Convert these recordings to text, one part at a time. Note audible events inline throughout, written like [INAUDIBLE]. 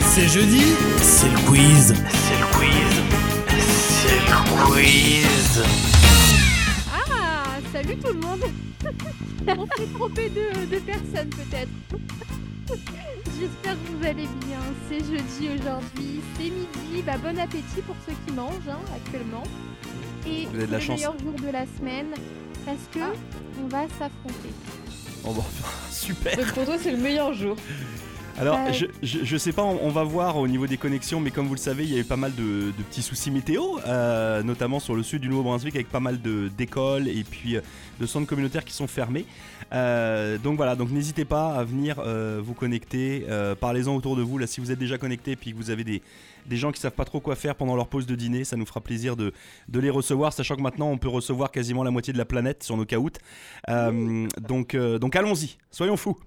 c'est jeudi, c'est le quiz. C'est le quiz. C'est le quiz. Ah, salut tout le monde [LAUGHS] On s'est trompé de, de personne peut-être. [LAUGHS] J'espère que vous allez bien. C'est jeudi aujourd'hui, c'est midi. Bah, bon appétit pour ceux qui mangent hein, actuellement. Et Vous avez de la c'est chance. le meilleur jour de la semaine parce que on va s'affronter. Oh, bon, super. Donc pour toi, c'est le meilleur jour. Alors, Ouais. je, je, je sais pas, on, on va voir au niveau des connexions, mais comme vous le savez, il y a eu pas mal de, de petits soucis météo, euh, notamment sur le sud du Nouveau-Brunswick, avec pas mal de- d'écoles et puis euh, de centres communautaires qui sont fermés. Euh, donc voilà, donc n'hésitez pas à venir euh, vous connecter. euh, Parlez-en autour de vous, là, si vous êtes déjà connecté et puis que vous avez des, des gens qui savent pas trop quoi faire pendant leur pause de dîner, ça nous fera plaisir de, de les recevoir, sachant que maintenant, on peut recevoir quasiment la moitié de la planète sur nos caouts. Euh, donc euh, donc allons-y, soyons fous.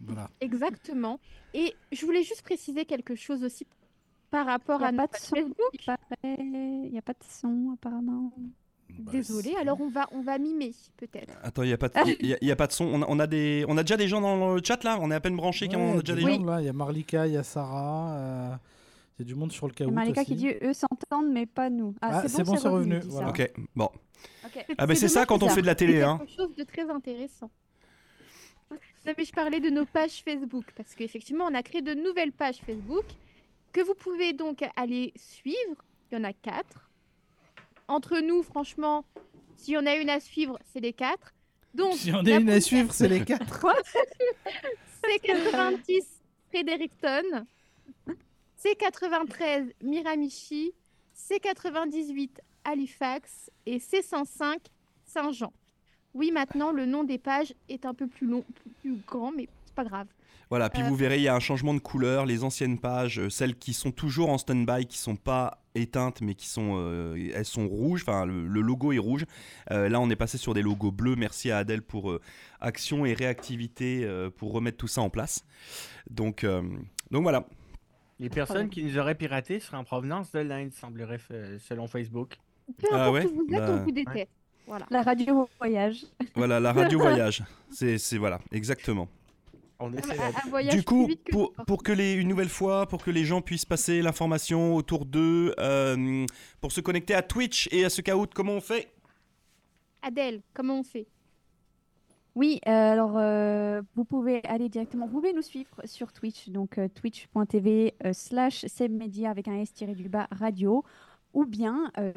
Voilà. Exactement. Et je voulais juste préciser quelque chose aussi par rapport Y a à pas notre de son, Facebook. Il n'y a pas de son, apparemment. Bah, Désolée, alors on va, on va mimer peut-être. Attends, il n'y a, pas de- y a- y a pas de son. On a, on a des, on a déjà des gens dans le chat là On est à peine branché Ouais, quand on a déjà des oui. gens là, il y hein, a Marlika, il y a Sarah, euh, il y a du monde sur le Il caout y a Malika qui aussi. dit eux s'entendent, mais pas nous. Ah, Ah, c'est c'est bon, c'est revenu, dit voilà. Sarah. Ok, bon. Ah, ben c'est ça dommage quand on parce fait de la que télé. c'est [LAUGHS] Hein. quelque chose de très intéressant. Non, mais je parlais de nos pages Facebook parce qu'effectivement, on a créé de nouvelles pages Facebook que vous pouvez donc aller suivre. Il y en a quatre. Entre nous, franchement, s'il y en a une à suivre, c'est les quatre. Donc, [LAUGHS] Si la on a une à première, suivre, c'est [LAUGHS] les quatre. C90 Fredericton, C93 Miramichi, C98 Halifax et C105 Saint-Jean. Oui, maintenant le nom des pages est un peu plus long, plus grand, mais c'est pas grave. Voilà, puis Euh. vous verrez, il y a un changement de couleur. Les anciennes pages, euh, celles qui sont toujours en stand-by, qui sont pas éteintes, mais qui sont, euh, elles sont rouges. Enfin, le, le logo est rouge. Euh, là, on est passé sur des logos bleus. Merci à Adèle pour euh, action et réactivité euh, pour remettre tout ça en place. Donc, euh, donc voilà. Les personnes qui nous auraient piratés seraient en provenance de l'Inde, semblerait, f- euh, selon Facebook. Peu Ah importe ouais où vous êtes, Bah, on vous déteste. ouais. Voilà. La radio voyage. Voilà, la radio voyage. C'est, c'est voilà, exactement. On Un- essaie un- un d'être- voyage du coup, plus vite que pour, n'importe. pour que les, une nouvelle fois, pour que les gens puissent passer l'information autour d'eux, euh, pour se connecter à Twitch et à ce out, comment on fait Adèle, comment on fait Oui, euh, alors euh, vous pouvez aller directement, vous pouvez nous suivre sur Twitch, donc euh, twitch.tv euh, slash cmedia avec un s tiré du bas radio, ou bien euh,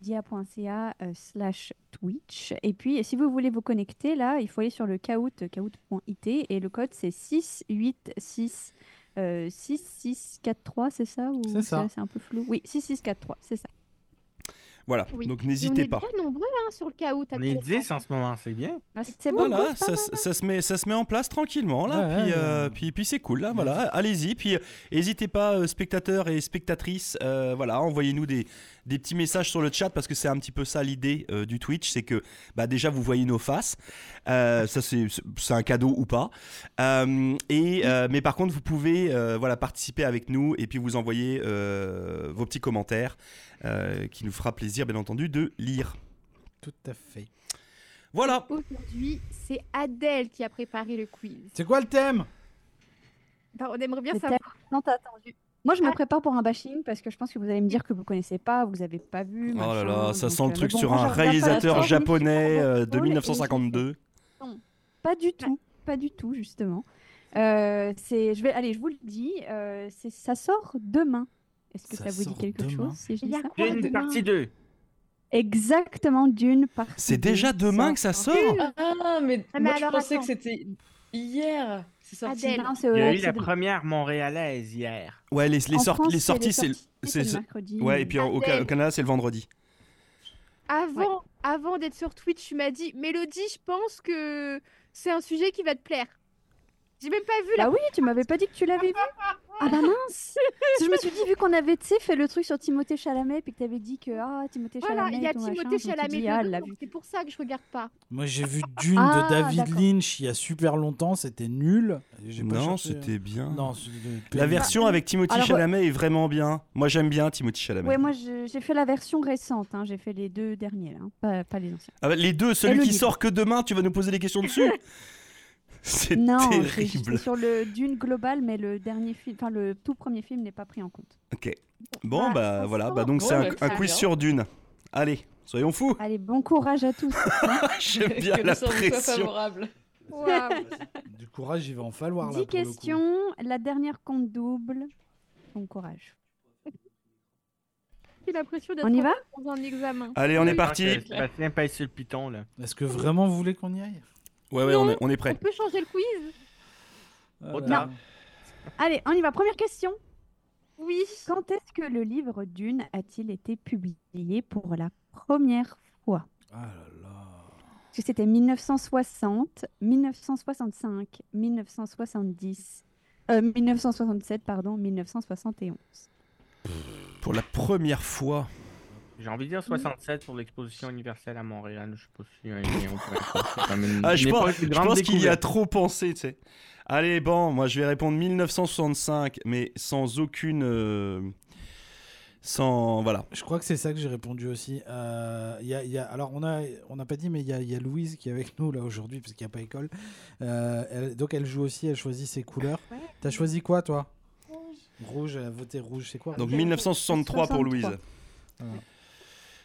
cmedia.ca euh, slash Twitch. Et puis, si vous voulez vous connecter, là, il faut aller sur le kaout, kaout.it, et le code c'est 686. Euh, 6643, c'est ça ou C'est ça. C'est un peu flou. Oui, 6643, c'est ça. Voilà, Oui. donc Et n'hésitez On pas. est bien nombreux hein, sur le chaos. On est 10 en ce moment, c'est bien. Ah, C'est bon. Voilà, ça, se- ça se met, ça se met en place tranquillement là, Ouais, puis, ouais, euh, ouais. puis, puis c'est cool là, voilà, allez-y, puis euh, n'hésitez pas euh, spectateurs et spectatrices, euh, voilà, envoyez-nous des, des petits messages sur le chat parce que c'est un petit peu ça l'idée euh, du Twitch, c'est que bah, déjà vous voyez nos faces, euh, ça c'est c'est un cadeau ou pas, Euh, et euh, mais par contre vous pouvez euh, voilà participer avec nous et puis vous envoyer euh, vos petits commentaires euh, qui nous fera plaisir bien entendu de lire. Tout à fait. Voilà. Aujourd'hui, c'est Adèle qui a préparé le quiz. C'est quoi le thème Bah, on aimerait bien Le savoir. Non, t'as attendu. Moi, je me Ah. prépare pour un bashing parce que je pense que vous allez me dire que vous connaissez pas, vous avez pas vu. Oh là machin, là, ça donc, sent le euh, truc bon, sur moi, je un regarde pas la réalisateur sorte, japonais Nicolas euh, de Cole, et 1952. Pas du tout, pas du tout, justement. Euh, c'est, je vais, allez, je vous le dis, euh, c'est, ça sort demain. Est-ce que Ça ça, vous dit sort quelque demain. chose si je Il dis y a ça quoi Une partie 2. Exactement, d'une partie. C'est déjà deux demain que ça sort Ah, mais Ah, mais moi, je alors, pensais attends. que c'était hier. C'est sorti. Adèle. Non, c'est, Il y a ouais, eu Euh, c'est la de- première montréalaise hier. Ouais, les, les, en sorti- France, les c'est sorties, c'est. le- c'est c'est- le mercredi. Ouais, et puis en- au, Ca- Adèle. au Canada, c'est le vendredi. Avant, avant d'être sur Twitch, tu m'as dit, Mélodie, je pense que c'est un sujet qui va te plaire. J'ai même pas vu la. Bah oui, tu m'avais pas dit que tu l'avais vu. Ah bah mince Parce que Je me suis dit, vu qu'on avait tu sais, fait le truc sur Timothée Chalamet, puis que t'avais dit que ah, Timothée Voilà, Chalamet. il y a et tout machin, Timothée je me suis Chalamet. dit, dedans, ah, elle l'a vu. donc C'est pour ça que je regarde pas. Moi, j'ai vu Dune Ah, de David d'accord. Lynch il y a super longtemps, c'était nul. J'ai pas Non, cherché. hein. c'était bien. Non, c'était- La version avec Timothy Alors, Chalamet est vraiment bien. Moi, j'aime bien Timothy Chalamet. Ouais, moi je- j'ai fait la version récente, hein, j'ai fait les deux derniers, là, hein, pas, pas les anciens. Ah bah, les deux, celui le qui livre. [LAUGHS] sort que demain, tu vas nous poser des questions dessus C'est non, c'est- terrible. c'est sur le Dune global, mais le dernier film, enfin le tout premier film n'est pas pris en compte. Ok. Bon, Ah, bah c'est voilà, fort. bah, donc Bon, c'est un, bah, un très quiz bien. sur Dune. Allez, soyons fous. [LAUGHS] Allez, bon courage à tous. [LAUGHS] J'aime bien que la le sort vous soit pression. favorable. Waouh. Ah, Du courage, il va en falloir. là, 10 pour le coup. questions, la dernière compte double. Bon courage. [LAUGHS] J'ai l'impression d'être On y va dans un examen. Allez, on est Oui. parti. Bastien pèse sur le piton, là. Est-ce que vraiment vous voulez qu'on y aille Ouais, ouais, on est, on est On prêt. peut changer le quiz Ah Trop là tard. là. Allez, on y va. Première question. Oui. Quand est-ce que le livre Dune a-t-il été publié pour la première fois Ah là là. Parce que c'était 1960, 1965, 1970, euh, 1967, pardon, 1971. Pour la première fois. J'ai envie de dire 67 pour l'exposition universelle à Montréal. Je sais pas s'il y a un lien ou pas. C'est comme une- Ah, je une pense, époque de je grande pense qu'il y a découverte. trop pensé, tu sais. Allez, bon, moi je vais répondre 1965, mais sans aucune. euh, Sans. Voilà. Je crois que c'est ça que j'ai répondu aussi. Euh, il y a- il y a- alors, on a, on n'a pas dit, mais il y a, il y a Louise qui est avec nous là aujourd'hui, parce qu'il n'y a pas école. Euh, elle- donc, elle joue aussi, elle choisit ses couleurs. Ouais. T'as choisi quoi, toi Rouge, elle a voté rouge, c'est quoi Donc 1963 pour Louise. 63.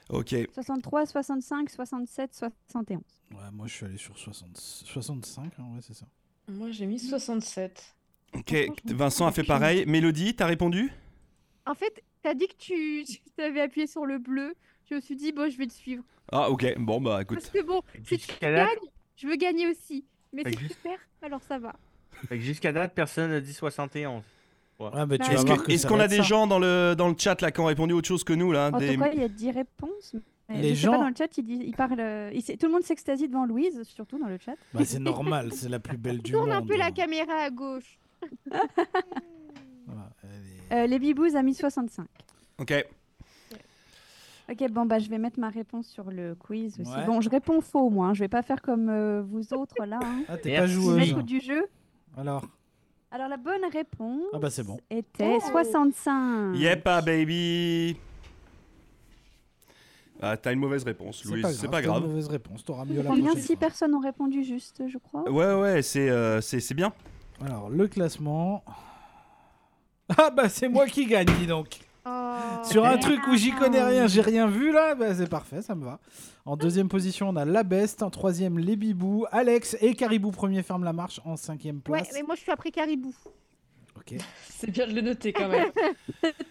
Voilà. Ok. 63, 65, 67, 71. Ouais, moi, je suis allé sur 60 65, hein, ouais, c'est ça. Moi, j'ai mis 67. Ok, Vincent a fait pareil. Mélodie, t'as répondu En fait, t'as dit que tu avais appuyé sur le bleu. Je me suis dit, bon, je vais te suivre. Ah, ok, bon, bah écoute. Parce que bon, Fait que si tu jusqu'à date- gagnes, je veux gagner aussi. Mais Fait si que tu juste- perds, alors ça va. fait que Jusqu'à date, personne n'a dit 71. Ouais, bah, tu Est-ce vas Est-ce voir que- que est-ce ça qu'on va a être des ça. gens dans le, dans le chat là qui ont répondu autre chose que nous là En des- tout cas, il y a 10 réponses. mais Les je sais pas, gens- dans le chat, il, dit, il parle, euh, il s'est- tout le monde s'extasie devant Louise, surtout dans le chat. Bah, c'est normal, c'est la plus belle du Tourne monde. un peu hein. la caméra à gauche. Voilà, elle est- Euh, les Bibous a mis 65. Ok. Ok, bon, bah, je vais mettre ma réponse sur le quiz aussi. Ouais. Bon, je réponds faux, moi. hein. Je vais pas faire comme euh, vous autres, là. Hein. Ah, t'es pas Merci. Les joueuse. maîtres du jeu. Alors, Alors, la bonne réponse ah bah c'est bon. était 65. Yep, ah, baby Ah, t'as une mauvaise réponse, Louise. C'est pas t'as hein, une grave. mauvaise réponse, t'auras mieux la Combien prochaine six fois. personnes ont répondu juste, je crois Ouais, ouais, c'est euh, c'est c'est bien. Alors, le classement. Ah bah c'est moi qui gagne, dis donc. Oh. Sur un truc où j'y connais rien, j'ai rien vu là, bah c'est parfait, ça me va. En deuxième position, on a La Beste, en troisième, Les Bibous, Alex et Caribou premier ferme la marche en cinquième Ouais, place. mais moi je suis après Caribou. [LAUGHS] Ok. C'est bien de le noter quand même.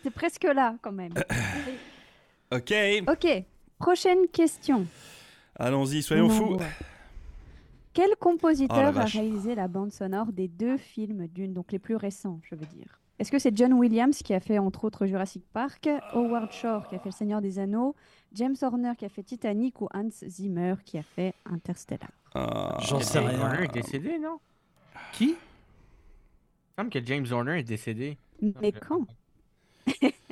C'est presque là, quand même. [COUGHS] Ok. ok, prochaine question. Allons-y, soyons Non, fous. bon. Quel Oh, la compositeur a vache. réalisé la bande sonore des deux films d'une, donc les plus récents, je veux dire Est-ce que c'est John Williams qui a fait entre autres Jurassic Park, Howard Shore qui a fait Le Seigneur des Anneaux, James Horner qui a fait Titanic ou Hans Zimmer qui a fait Interstellar Ah, J'en sais James Horner rien. est décédé, non Qui Il me semble que James Horner est décédé. Mais quand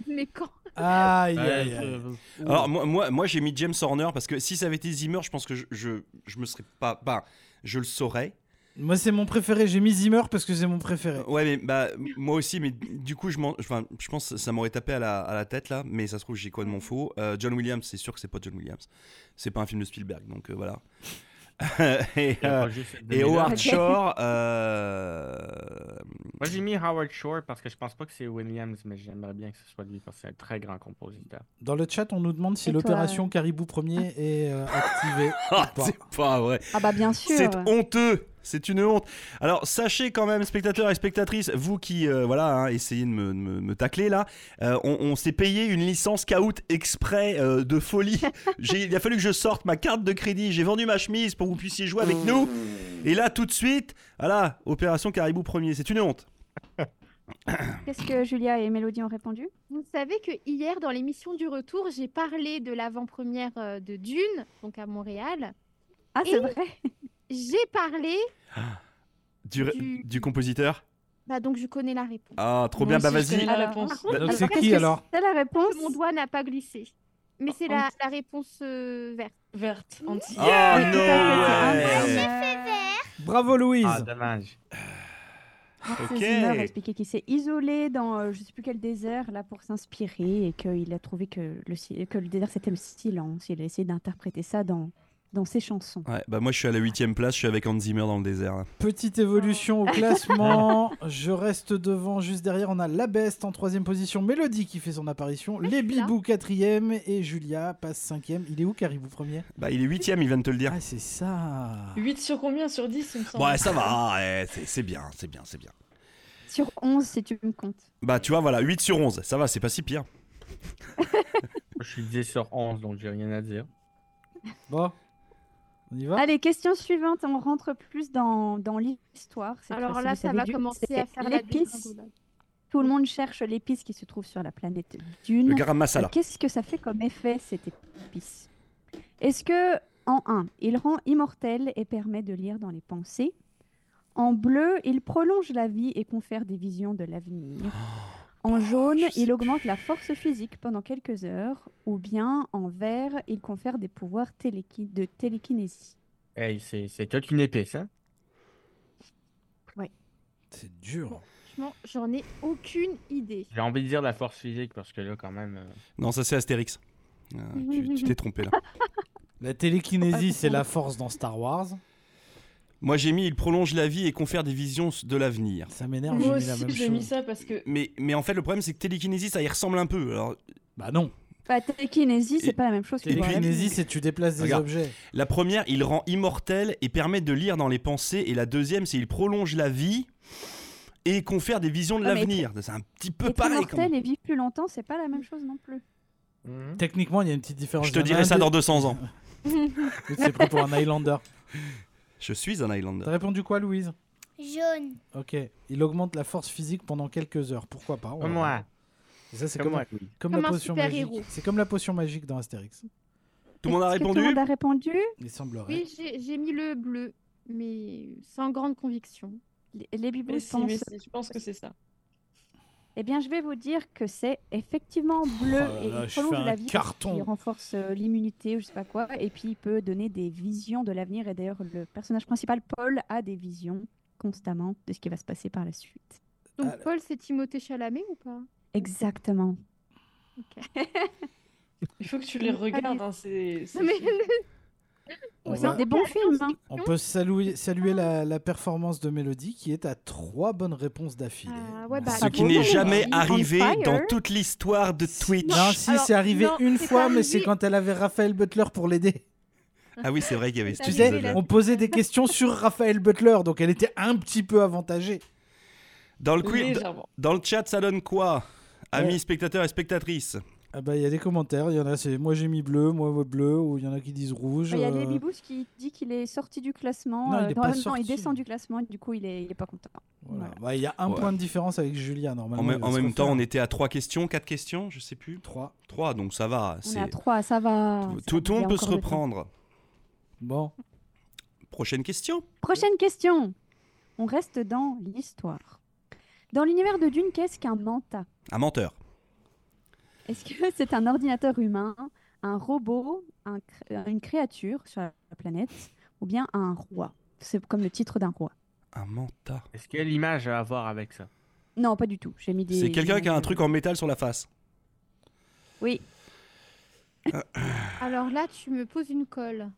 Mais quand Aïe, Ouais, aïe, aïe. euh, Alors moi, moi, moi j'ai mis James Horner parce que si ça avait été Zimmer, je pense que je, je, je me serais pas... Bah, je le saurais. Moi c'est mon préféré, j'ai mis Zimmer parce que c'est mon préféré. Ouais, mais bah, moi aussi, mais du coup, je, m'en- enfin, je pense que ça m'aurait tapé à la, à la tête là, mais ça se trouve, j'ai quoi de mon faux. Euh, John Williams, c'est sûr que c'est pas John Williams. C'est pas un film de Spielberg, donc euh, voilà. [LAUGHS] et, il y euh, a pas juste cette et demi-heure. Howard Ok. Shore. euh, Moi, j'ai mis Howard Shore parce que je pense pas que c'est Williams, mais j'aimerais bien que ce soit lui parce que c'est un très grand compositeur. Dans le chat, on nous demande si Et toi, l'opération Caribou premier [LAUGHS] est euh, activée. [LAUGHS] Ah, ou pas. c'est pas vrai. Ah bah bien sûr C'est honteux. C'est une honte. Alors sachez quand même, spectateurs et spectatrices, vous qui euh, voilà, hein, essayez de me, de me- me tacler là, euh, on, on s'est payé une licence Kahoot exprès euh, de folie. J'ai- il a fallu que je sorte ma carte de crédit, j'ai vendu ma chemise pour que vous puissiez jouer avec nous. Et là tout de suite, voilà, opération Caribou premier. C'est une honte. Qu'est-ce que Julia et Mélodie ont répondu Vous savez que hier, dans l'émission du retour, j'ai parlé de l'avant-première euh, de Dune, donc à Montréal. Ah Et- c'est vrai J'ai parlé, Du, Du- du compositeur. bah donc je connais la réponse. Ah [LAUGHS] trop Moi bien. Bah aussi, vas-y. je connais la Alors, réponse. Par contre, Donc Alors, Ah, c'est qu'est-ce qui que alors C'est la réponse mon doigt n'a pas glissé. Mais c'est la, la réponse euh, verte. Verte, anti. Ah, Oui, tout à fait, non. Ah, c'est ouais. Hans Zimmer. Bravo Louise. Ah, dommage. Hans Ok. Zimmer a expliqué qu'il s'est isolé dans euh, je sais plus quel désert là pour s'inspirer et qu'il a trouvé que le, si- que le désert c'était le silence. Il a essayé d'interpréter ça dans dans ses chansons. Ouais, bah moi je suis à la huitième place, je suis avec Hans Zimmer dans le désert. là. Petite évolution Ah. [LAUGHS] au classement. Je reste devant. Juste derrière, on a La Beste en troisième position. Mélodie qui fait son Ah, apparition. Les suis là. Bibou quatrième. Et Julia passe cinquième. Il est où, Caribou premier Bah il est huitième, il vient de te le dire. Ah, c'est ça. 8 sur combien Sur 10, il me semble. Ouais, ça va, hein. ouais, c'est c'est bien, c'est bien, c'est bien. Sur 11, si tu me comptes. Bah tu vois, voilà, 8 sur 11, ça va, c'est pas si pire. Je suis 10 sur 11, donc j'ai rien à dire. Bon, on y va Allez, question suivante. On rentre plus dans, dans l'histoire. cette Alors fois-ci, là, vous ça savez, va Dune, commencer c'est à faire la l'épice. dégringolade. Tout le monde cherche l'épice qui se trouve sur la planète Dune. Le garam masala. Euh, Qu'est-ce que ça fait comme effet cette épice Est-ce que, en 1, il rend immortel et permet de lire dans les pensées En bleu, il prolonge la vie et confère des visions de l'avenir. En jaune, Oh. je sais il augmente la force physique pendant quelques heures. Ou bien en vert, il confère des pouvoirs téléki- de télékinésie. Hey, c'est c'est toute une épice, hein C'est dur. Franchement, j'en ai aucune idée. J'ai envie de dire la force physique parce que là, quand même. euh, Non, ça c'est Astérix. Euh, tu tu t'es [LAUGHS] trompé là. La télékinésie, c'est la force dans Star Wars. Moi j'ai mis il prolonge la vie et confère des visions de l'avenir. Ça m'énerve, j'ai Moi mis la aussi, même j'ai mis chose. ça parce que. Mais, mais en fait le problème c'est que télékinésie ça y ressemble un peu. Alors Bah non. Bah, télékinésie, Et- c'est pas la même chose que voir la Télékinésie, c'est tu déplaces des Regarde. objets. la première il rend immortel et permet de lire dans les pensées et la deuxième c'est il prolonge la vie et confère des visions de Ouais, mais l'avenir. C'est un petit peu Être pareil quand même. immortel et vivre plus longtemps, c'est pas la même chose non plus. mhm. Techniquement, il y a une petite différence. Hmm. Je te Il y en a dirai un ça des- dans 200 [LAUGHS] [LAUGHS] ans. C'est pris pour un Highlander. Je suis un Highlander. T'as répondu quoi, Louise Jaune. Ok. Il augmente la force physique pendant quelques heures. Pourquoi Oh, pas on va Comme voir. moi. Et Ça, c'est Comme comme, moi, oui. comme Comme la un potion super magique. héros. C'est comme la potion magique dans Astérix. Tout le monde a Est-ce que répondu Tout le monde a répondu. Il semblerait. Oui, j'ai j'ai mis le bleu, mais sans grande conviction. Les- Les bibous Mais si, pensent mais si, je pense que c'est ça. Eh bien, je vais vous dire que c'est effectivement oh bleu là et là, il je fais prolonge un la vie. parce qu'il carton. renforce euh, l'immunité ou je sais pas quoi. Et puis, il peut donner des visions de l'avenir. Et d'ailleurs, le personnage principal, Paul, a des visions constamment de ce qui va se passer par la suite. Donc Alors- Paul, c'est Timothée Chalamet ou pas Exactement. Il faut que tu les Allez. regardes. hein, c'est. c'est- Non, mais- [LAUGHS] On C'est va- des bons films. hein. On peut saluer, saluer la, la performance de Mélodie qui est à trois bonnes réponses d'affilée. Ah, ouais, bah, Ce qui bon, n'est bon, jamais bon, bon, arrivé on fire. dans toute l'histoire de Twitch. Non, si, alors, c'est arrivé non, une c'est fois, mais arrivé- c'est quand elle avait Raphaël Butler pour l'aider. Ah oui, c'est vrai qu'il y avait Tu cet Tu Arrivé sais, épisode-là. là. on posait des questions sur Raphaël Butler, donc elle était un petit peu avantagée. Dans le, quiz- Légèrement. dans le chat, ça donne quoi Euh. Amis Ouais. spectateurs et spectatrices. Ah bah, il y a des commentaires, il y en a, c'est moi j'ai mis bleu, moi ouais, bleu, ou il y en a qui disent rouge. Bah, Il y a les euh, bibous qui dit qu'il est sorti du classement. Non, il euh, est dans- pas non, sorti. il descend du classement. et Du coup, il est, il est pas content. voilà. Voilà. Bah, il y a un Ouais. point de différence avec Julia, normalement. En, même- en même temps, on était à trois questions, quatre questions, je sais plus. 3. Trois, donc ça va. On est à c'est- 3, ça va. ça Tout va, tout il le y a monde peut encore se le temps. reprendre. Bon, Prochaine question. Prochaine question. On reste dans l'histoire. Dans l'univers de Dune, qu'est-ce qu'un manta Un menteur. Est-ce que c'est un ordinateur humain, un robot, un cr- euh, une créature sur la planète ou bien un roi C'est comme le titre d'un roi. Un menteur. Est-ce que l'image a à voir avec ça Non, pas du tout. J'ai mis des. C'est quelqu'un qui a un truc en métal sur la face. Oui, Alors là, tu me poses une colle.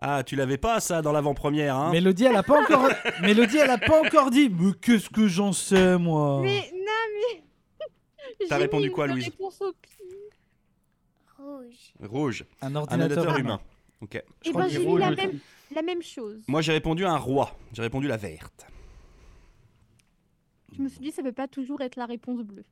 Ah, tu l'avais pas ça dans l'avant-première, hein Mélodie, elle a pas encore, [LAUGHS] Mélodie, elle a pas encore dit. Mais qu'est-ce que j'en sais, moi Mais [LAUGHS] non, mais. Oh. T'as J'ai répondu mis quoi, une Louise réponse au pire. Rouge. Rouge. Un Un ordinateur, ordinateur humain. Eh ben, crois que j'ai j'ai mis la rouge. même, la même chose. Moi, j'ai répondu à un roi. J'ai répondu la verte. Je me suis dit, ça peut pas toujours être la réponse bleue.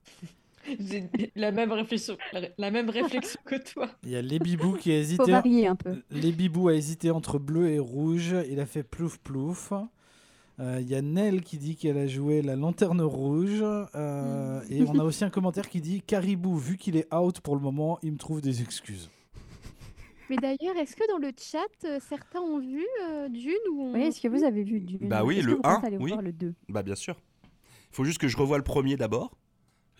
J'ai la même réflexion, la, la même réflexion que toi. Il y a les bibous [LAUGHS] qui a faut hésité. varier un peu. Les bibous a hésité entre bleu et rouge. Il a fait plouf plouf. Euh, Il y a Nel qui dit qu'elle a joué la lanterne rouge. Euh, Et on a aussi un commentaire qui dit Caribou, vu qu'il est out pour le moment, il me trouve des excuses. Mais d'ailleurs, est-ce que dans le chat, euh, certains ont vu euh, Dune ou ont... Oui, est-ce que vous avez vu Dune Bah oui, Est-ce que le vous pensez un, aller oui. voir le 2. Bah bien sûr. Il faut juste que je revoie le premier d'abord,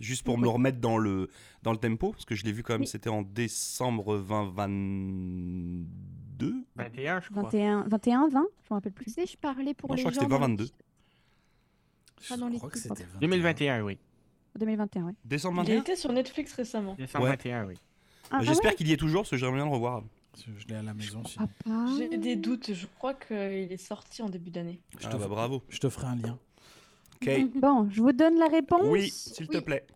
juste pour me le remettre dans le, dans le tempo, parce que je l'ai vu quand même, Oui. c'était en décembre 2022. 21, je crois. 21, 21, 20, je me rappelle Tu plus. sais, je parlais pour Moi, je les crois que gens c'était dans le 22. chat. Pas dans les hein. titres. 21. 2021, oui. 2021, oui. Décembre Il a 21 été sur Netflix récemment. Décembre Ouais. 21, oui. Ah, ah J'espère qu'il y est toujours, parce que j'aimerais bien le revoir. Je l'ai à la maison. sinon. Papa. J'ai des doutes, je crois qu'il est sorti en début d'année. Je Ah bah bravo. Je te ferai un lien. Ok. Bon, je vous donne la réponse. Oui, s'il te Oui. plaît.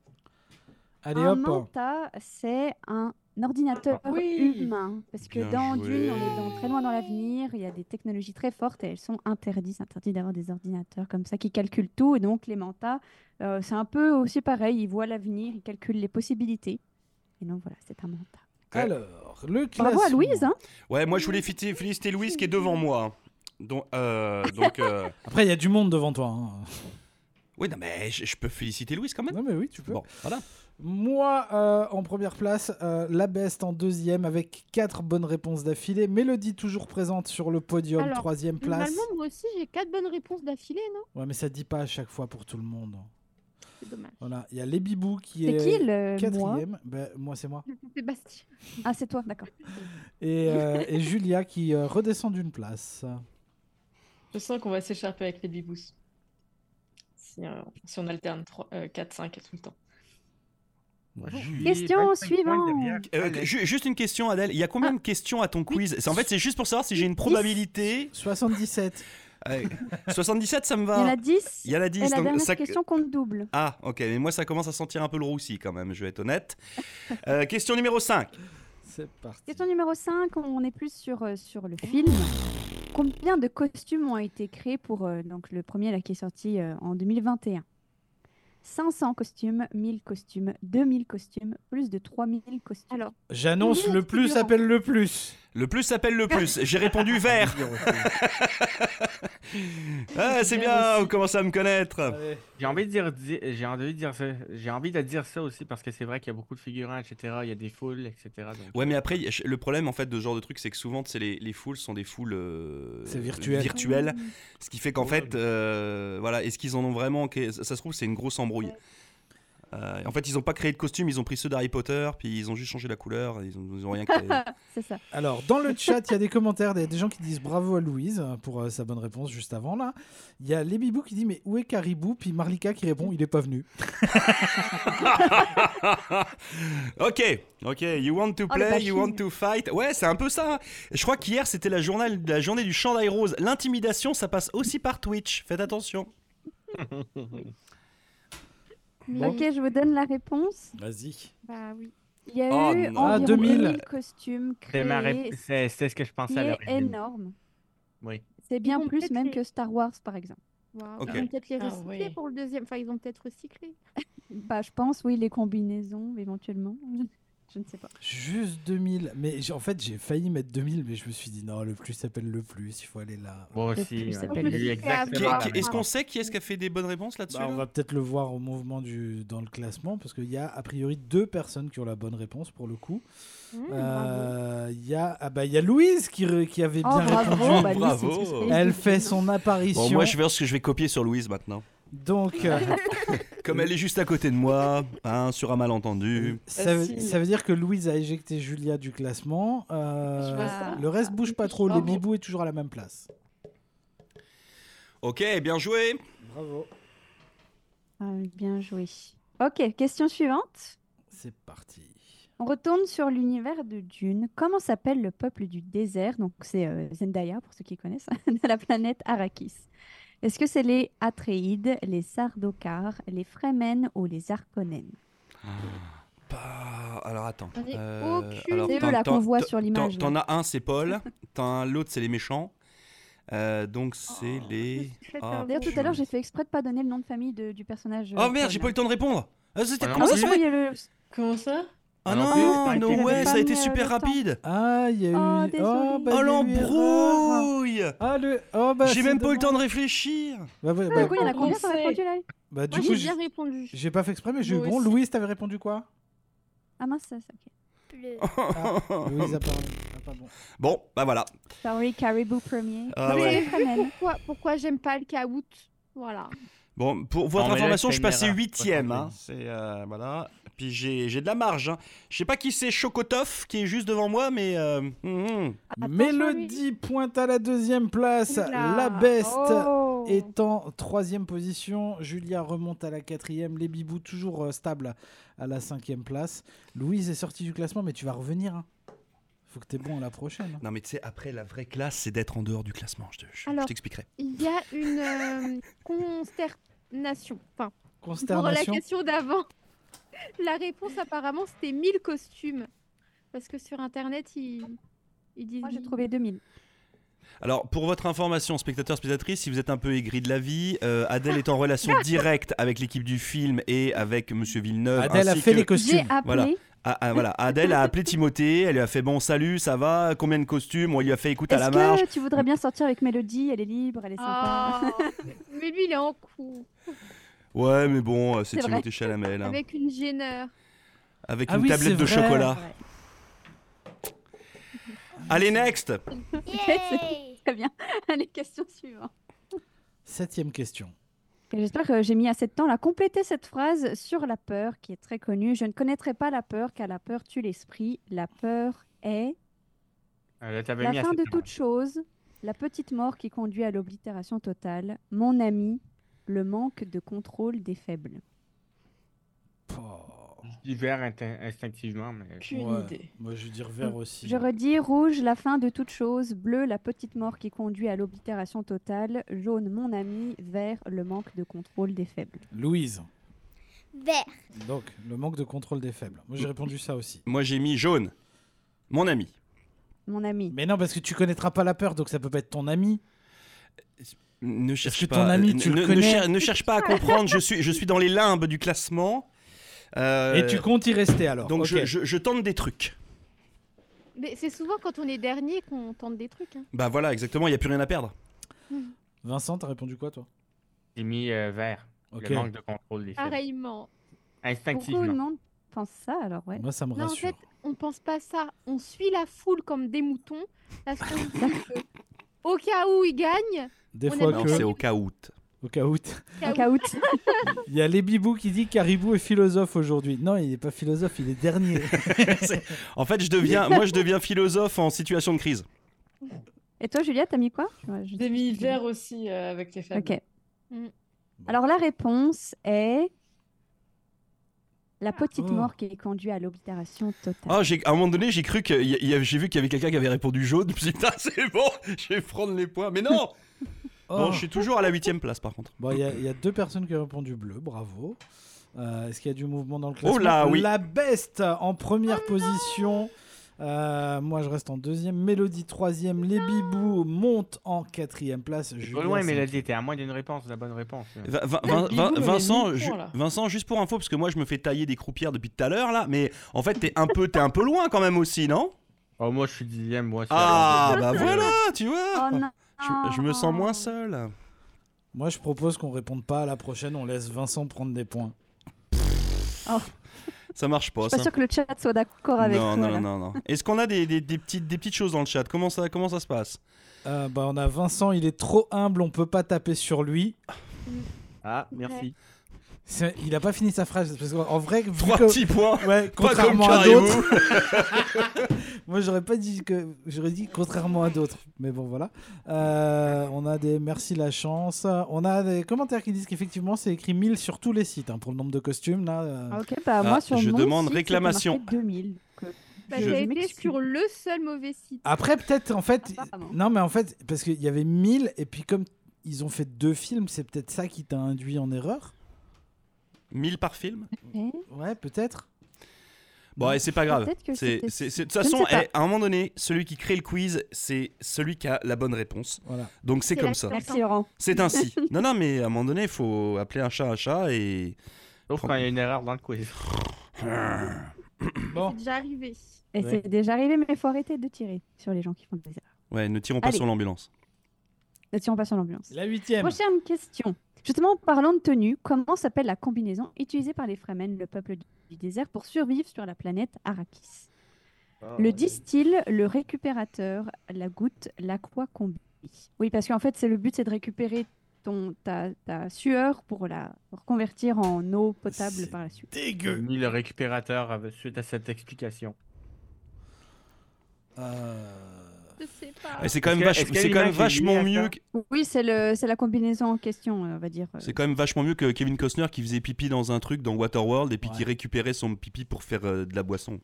Allez un hop. manta, c'est un ordinateur Oui. humain. Parce que Ah Bien dans Dune, on joué. est dans très loin dans l'avenir, il y a des technologies très fortes et elles sont interdites. C'est interdit d'avoir des ordinateurs comme ça qui calculent tout. Et donc, les mantas, euh, c'est un peu aussi pareil. Ils voient l'avenir, ils calculent les possibilités. Et donc, voilà, c'est un manta. Alors, le classement. Bravo à Louise. hein. Ouais, moi je voulais féliciter féliciter Louise qui est devant moi. Donc, euh, donc [LAUGHS] euh, Après, il y a du monde devant toi. [LAUGHS] hein. oui, non mais je, je peux féliciter Louise quand même. Non, mais oui, tu peux. Bon, voilà. Moi, euh, en première place, euh, la Beste en deuxième avec quatre bonnes réponses d'affilée. Mélodie toujours présente sur le podium, Alors, troisième place. Normalement, moi aussi, j'ai quatre bonnes réponses d'affilée, non Ouais, mais ça dit pas à chaque fois pour tout le monde. C'est dommage. Voilà, il y a les Bibous qui C'est est, qui le moi quatrième. Ben, moi, c'est moi. Sébastien. Ah, c'est toi, d'accord. Et, [LAUGHS] euh, et Julia qui euh, redescend d'une place. Je sens qu'on va s'écharper avec les bibous. Si, euh, si on alterne 4, 5 tout le temps. Question suivante. Euh, ju- juste une question Adèle, il y a combien de questions à ton quiz C'est- En fait, c'est juste pour savoir si j'ai une probabilité. 77. Euh, [LAUGHS] 77, ça me Il y en va. a 10. Ah, Il y en a 10. et la donc dernière ça- question compte double. Ah, ok, mais moi ça commence à sentir un peu le roussi quand même, je vais être [LAUGHS] honnête. Euh, question numéro 5. C'est parti. Question numéro 5, on est plus sur, euh, sur le film. Combien de costumes ont été créés pour euh, donc le premier là, qui est sorti euh, en 2021 500 costumes, 1000 costumes, 2000 costumes, plus de 3000 costumes. Alors, J'annonce le plus hein. appelle le plus. Le plus s'appelle le plus. J'ai répondu [LAUGHS] vert. Ah, c'est bien, vous commencez à me connaître. Allez. J'ai envie de dire, di- j'ai envie de dire ça, j'ai envie de dire ça aussi parce que c'est vrai qu'il y a beaucoup de figurants, etc. Il y a des foules, etc. donc- Ouais, mais après, y a- le problème en fait de ce genre de truc, c'est que souvent, tu sais, les, les foules sont des foules euh, C'est virtuel. virtuelles. Mmh. Ce qui fait qu'en fait, euh, voilà, est-ce qu'ils en ont vraiment que- Ça se trouve, c'est une grosse embrouille. Euh, en fait, ils n'ont pas créé de costume, ils ont pris ceux d'Harry Potter, puis ils ont juste changé la couleur, ils ont, ils ont rien [LAUGHS] créé. C'est ça. Alors, dans le chat, il y a des commentaires, il y a des gens qui disent bravo à Louise euh, pour euh, sa bonne réponse juste avant là. Il y a les Bibou qui dit mais où est Caribou Puis Marlika qui répond il est pas venu. ok, ok, you want to Oh, le play, you bashing. want to fight. Ouais, c'est un peu ça. hein. Je crois qu'hier, c'était la, journal- la journée du chandail rose. L'intimidation, ça passe aussi par Twitch, faites attention. Ok, je vous donne la réponse. Vas-y. bah oui. Il y a Oh eu non. Ah, environ 2000. 2000 costumes C'est créés, ma rép- c'est- c'est ce que je ce pensais qui à est l'origine. énorme. Oui. C'est bien vont plus peut-être même les- que Star Wars, par exemple. Waouh. Ok. Ils vont peut-être les Ah recycler ouais. pour le deuxième. Enfin, ils vont peut-être recycler. Bah, je pense, oui, les combinaisons, éventuellement. [LAUGHS] je ne sais pas. Juste 2000. Mais j'ai- en fait, j'ai failli mettre 2000, mais je me suis dit non, le plus s'appelle le plus, il faut aller là. Moi Le aussi, plus ouais. s'appelle J'ai le- eu Qui- exactement. Ah, qui- la Est-ce même qu'on sait qui est-ce qui a fait des bonnes réponses là-dessus Bah, on là va peut-être le voir au mouvement du dans le classement parce qu'il y a a priori deux personnes qui ont la bonne réponse pour le coup. Mmh, bravo. Euh, Il y a ah bah il y a Louise qui, re- qui avait bien oh, bravo, répondu. bah, lui, Bravo. c'est une spécialiste Elle du fait film. son apparition. Bon, moi, je vais voir ce que je vais copier sur Louise maintenant. Donc euh, [LAUGHS] Comme elle est juste à côté de moi, hein, sur un malentendu. Ça, veut- Facile. ça veut dire que Louise a éjecté Julia du classement. euh, Je vois ça. le reste bouge pas trop. Le Bravo. bibou est toujours à la même place. Ok, bien joué. Bravo. Ah, bien joué. Ok, question suivante. C'est parti. On retourne sur l'univers de Dune. Comment s'appelle le peuple du désert Donc c'est euh, Zendaya pour ceux qui connaissent, [LAUGHS] de la planète Arrakis. Est-ce que c'est les Atreides, les Sardocars, les Fremen ou les Arconen Ah. Pas- Bah, Alors attends. Euh, J'en ai aucune C'est t'en- eux là t'en- qu'on voit t'en- sur l'image. T'en là. t'en as un, c'est [LAUGHS] Paul. T'en as l'autre, c'est les méchants. Euh, donc Oh, c'est les. Faites Ah, un- D'ailleurs tout tu- à l'heure j'ai fait exprès de pas donner le nom de famille de- du personnage. euh, Oh merde, j'ai pas eu Paul, le temps de répondre. Ah, c'était Ah hein. Ah comment oui, ça je se Oh, fait croyais le- Comment ça Ah non, non, j'ai pas no été- way, ça a été pas mis, euh, super le temps. rapide. Ah, il y a eu. Oh, désolé. bah, Oh il y a eu erreur. l'embrouille Ah, le. Oh, bah, J'ai c'est même pas eu le dommage. temps de réfléchir. Bah, ouais, Ah, Du bah, coup il y en a On combien qui ont sait. répondu là bah, Moi, du coup, j'ai j'ai bien répondu. j'ai pas fait exprès, mais j'ai eu Moi bon. aussi. Louise, t'avais [LAUGHS] répondu quoi Ah, Ah mince, ça, ça, ok. Bleu. Ah, Louise a pas. Ah, a pas bon. [LAUGHS] Bon, bah voilà. Sorry, Caribou premier. Ah Sorry, ouais. les Fremen. Pourquoi, pourquoi j'aime pas le caout Voilà. Bon, pour Non, votre mais là, information, c'est je suis une passé erreur. huitième. Ouais, hein. C'est euh, voilà. Puis j'ai j'ai de la marge. hein. Je sais pas qui c'est Chocotov qui est juste devant moi, mais euh, mhm. Attention, lui. Mélodie pointe à la deuxième place. Oula. La best. Oh. est en troisième position. Julia remonte à la quatrième. Les Bibous toujours euh, stables à la cinquième place. Louise est sortie du classement, mais tu vas revenir. hein. Faut que t'es bon à la prochaine. Non, mais tu sais, après, la vraie classe, c'est d'être en dehors du classement. Je te- je- je Alors, t'expliquerai. Il y a une euh, consternation. Enfin, pour la Consternation. question d'avant, [LAUGHS] la réponse apparemment c'était 1000 costumes. Parce que sur internet, ils, ils disent. Moi, j'ai trouvé 2000. Alors, pour votre information, spectateurs, spectatrices, si vous êtes un peu aigri de la vie, euh, Adèle [LAUGHS] est en relation directe avec l'équipe du film et avec Monsieur Villeneuve. Adèle a Euh, ainsi fait que- les J'ai costumes. appelé. Voilà. Ah, ah, voilà, Adèle a appelé Timothée, elle lui a fait bon salut, ça va, combien de costumes On lui a fait écoute à Est-ce la marge. que tu voudrais bien sortir avec Mélodie Elle est libre, elle est sympa. Ah, mais lui, il est en cours Ouais, mais bon, euh, c'est C'est vrai. Timothée Chalamet là. avec, avec une gêneur. Ah une oui, c'est tablette de vrai. chocolat. Allez next. [LAUGHS] Yay Très bien. [LAUGHS] Allez, question suivante. Septième question. Et J'espère que j'ai mis assez de temps à compléter cette phrase sur la peur qui est très connue. Je ne connaîtrai pas la peur car la peur tue l'esprit. La peur est Euh, là, t'avais la mis fin assez de tard. toute chose, la petite mort qui conduit à l'oblitération totale. Mon ami, le manque de contrôle des faibles. Oh. Divers inti- instinctivement, mais. Aucune Ouais. idée. Moi, je veux dire vert aussi. Je redis rouge, la fin de toute chose. Bleu, la petite mort qui conduit à l'oblitération totale. Jaune, mon ami. Vert, le manque de contrôle des faibles. Louise. Vert. Donc, le manque de contrôle des faibles. Moi, j'ai répondu ça aussi. Moi j'ai mis jaune. Mon ami. Mon ami. Mais non, parce que tu connaîtras pas la peur, donc ça peut pas être ton ami. Ne cherche que pas. ton ami, ne- tu le ne, ne connais cher- ne cherche pas à comprendre. Je suis, je suis dans les limbes du classement. Euh, Et tu comptes y rester alors. Donc Ok. je- je- je tente des trucs. Mais c'est souvent quand on est dernier qu'on tente des trucs. hein. Bah voilà, exactement, il n'y a plus rien à perdre. Vincent, t'as répondu quoi, toi J'ai mis euh, vert. Ok. Le manque de contrôle des faibles. Pareillement. Pourquoi le Instinctivement. monde pense ça alors ouais. Moi, ça me Non, en rassure. fait, on pense pas ça. On suit la foule comme des moutons. Parce qu'on se dit que au cas où ils gagnent, Des on fois aime Non, que, bien. c'est au cas où. au cas où. cas En où- caout. Il y a les bibous qui dit Caribou est philosophe aujourd'hui. Non, il n'est pas philosophe, il est dernier. En fait, je deviens, moi, je deviens philosophe en situation de crise. Et toi, Juliette, t'as mis quoi Ouais, je- J'ai mis vert aussi euh, avec les femmes. Ok. Mm. Alors la réponse est la petite Oh. mort qui conduit à l'oblitération totale. Ah, j'ai, à un moment donné, j'ai cru que il y a- il y a- j'ai vu qu'il y avait quelqu'un qui avait répondu jaune. [LAUGHS] Je me suis dit, Putain, c'est bon, je vais prendre les points. Mais [LAUGHS] non Oh. Bon, je suis toujours à la huitième place, par contre. Bon, il y, a- il y a deux personnes qui ont répondu bleu, bravo. Euh, Est-ce qu'il y a du mouvement dans le classement Oh là, oui. La Best en première Oh position. Euh, moi, je reste en deuxième. Mélodie troisième. Les Bibous montent en quatrième place. C'est Julien, pas loin, cinquième. Mélodie, t'es à moins d'une réponse, de la bonne réponse. là. Va- va- Bibou, Vin- mais Vincent, mille ju- points, là. Vincent, juste pour info, parce que moi, je me fais tailler des croupières depuis tout à l'heure là. Mais en fait, t'es un peu, t'es un peu loin quand même aussi, non Oh, moi, je suis dixième, moi. c'est Ah, la bah bonne réponse. voilà, [LAUGHS] tu vois. Oh non. Je, je me sens moins seul. Moi, je propose qu'on réponde pas à la prochaine. On laisse Vincent prendre des points. Ça marche Je pas. suis pas ça. sûre que le chat soit d'accord avec non, toi. non, là. non, non. Est-ce qu'on a des, des- des petites, des petites choses dans le chat comment ça, comment ça se passe Euh, bah, on a Vincent. Il est trop humble. On peut pas taper sur lui. Ah, merci. C'est- Il a pas fini sa phrase parce qu'en en vrai, vu Trois que- petits points ouais, Pas comme contrairement à Caribou. d'autres. [LAUGHS] [LAUGHS] Moi, j'aurais pas dit que. J'aurais dit contrairement à d'autres. Mais bon, voilà. Euh, on a des merci la chance. On a des commentaires qui disent qu'effectivement, c'est écrit 1000 sur tous les sites hein, pour le nombre de costumes. Là, euh. Ah, ok, bah moi sur je mon demande site, c'était réclamation. marqué 2000. donc, euh, Bah, je t'as été m'excuse. sur le seul mauvais site. Après, peut-être, en fait. Apparemment. Non, mais en fait, parce qu'il y avait 1000, et puis comme ils ont fait deux films, c'est peut-être ça qui t'a induit en erreur. 1000 par film Eh, Ouais, peut-être. Bon, et c'est pas grave. Peut-être que C'est- c'était- c'est- c'est- De toute Je ne façon, sais pas. eh, à un moment donné, celui qui crée le quiz, c'est celui qui a la bonne réponse. Voilà. Donc c'est C'est comme la ça. classe. Merci Laurent. C'est [LAUGHS] ainsi. non, non, mais à un moment donné, il faut appeler un chat un chat et. Sauf quand il y a une erreur dans le quiz. Bon. C'est déjà arrivé. Et Ouais. c'est déjà arrivé, mais il faut arrêter de tirer sur les gens qui font des erreurs. Ouais, ne tirons pas Allez. sur l'ambulance. Et si on passe sur l'ambulance. La huitième. Prochaine question. Justement, en parlant de tenue, comment s'appelle la combinaison utilisée par les Fremen, le peuple du- du désert, pour survivre sur la planète Arrakis Le distil, le récupérateur, la goutte, l'aquacombi. Oui, parce qu'en fait, c'est le but, c'est de récupérer ton, ta, ta sueur pour la reconvertir en eau potable C'est- par la suite. J'ai Dégueu. mis le récupérateur euh, suite à cette explication. Euh, Je sais pas. Et c'est quand même, Est-ce que- vache- est-ce que c'est quand même l'image est liée vachement à mieux. ça que- Oui, c'est le- c'est la combinaison en question, euh, on va dire. C'est quand même vachement mieux que Kevin Costner qui faisait pipi dans un truc dans Waterworld et puis Ouais. qui récupérait son pipi pour faire euh, de la boisson.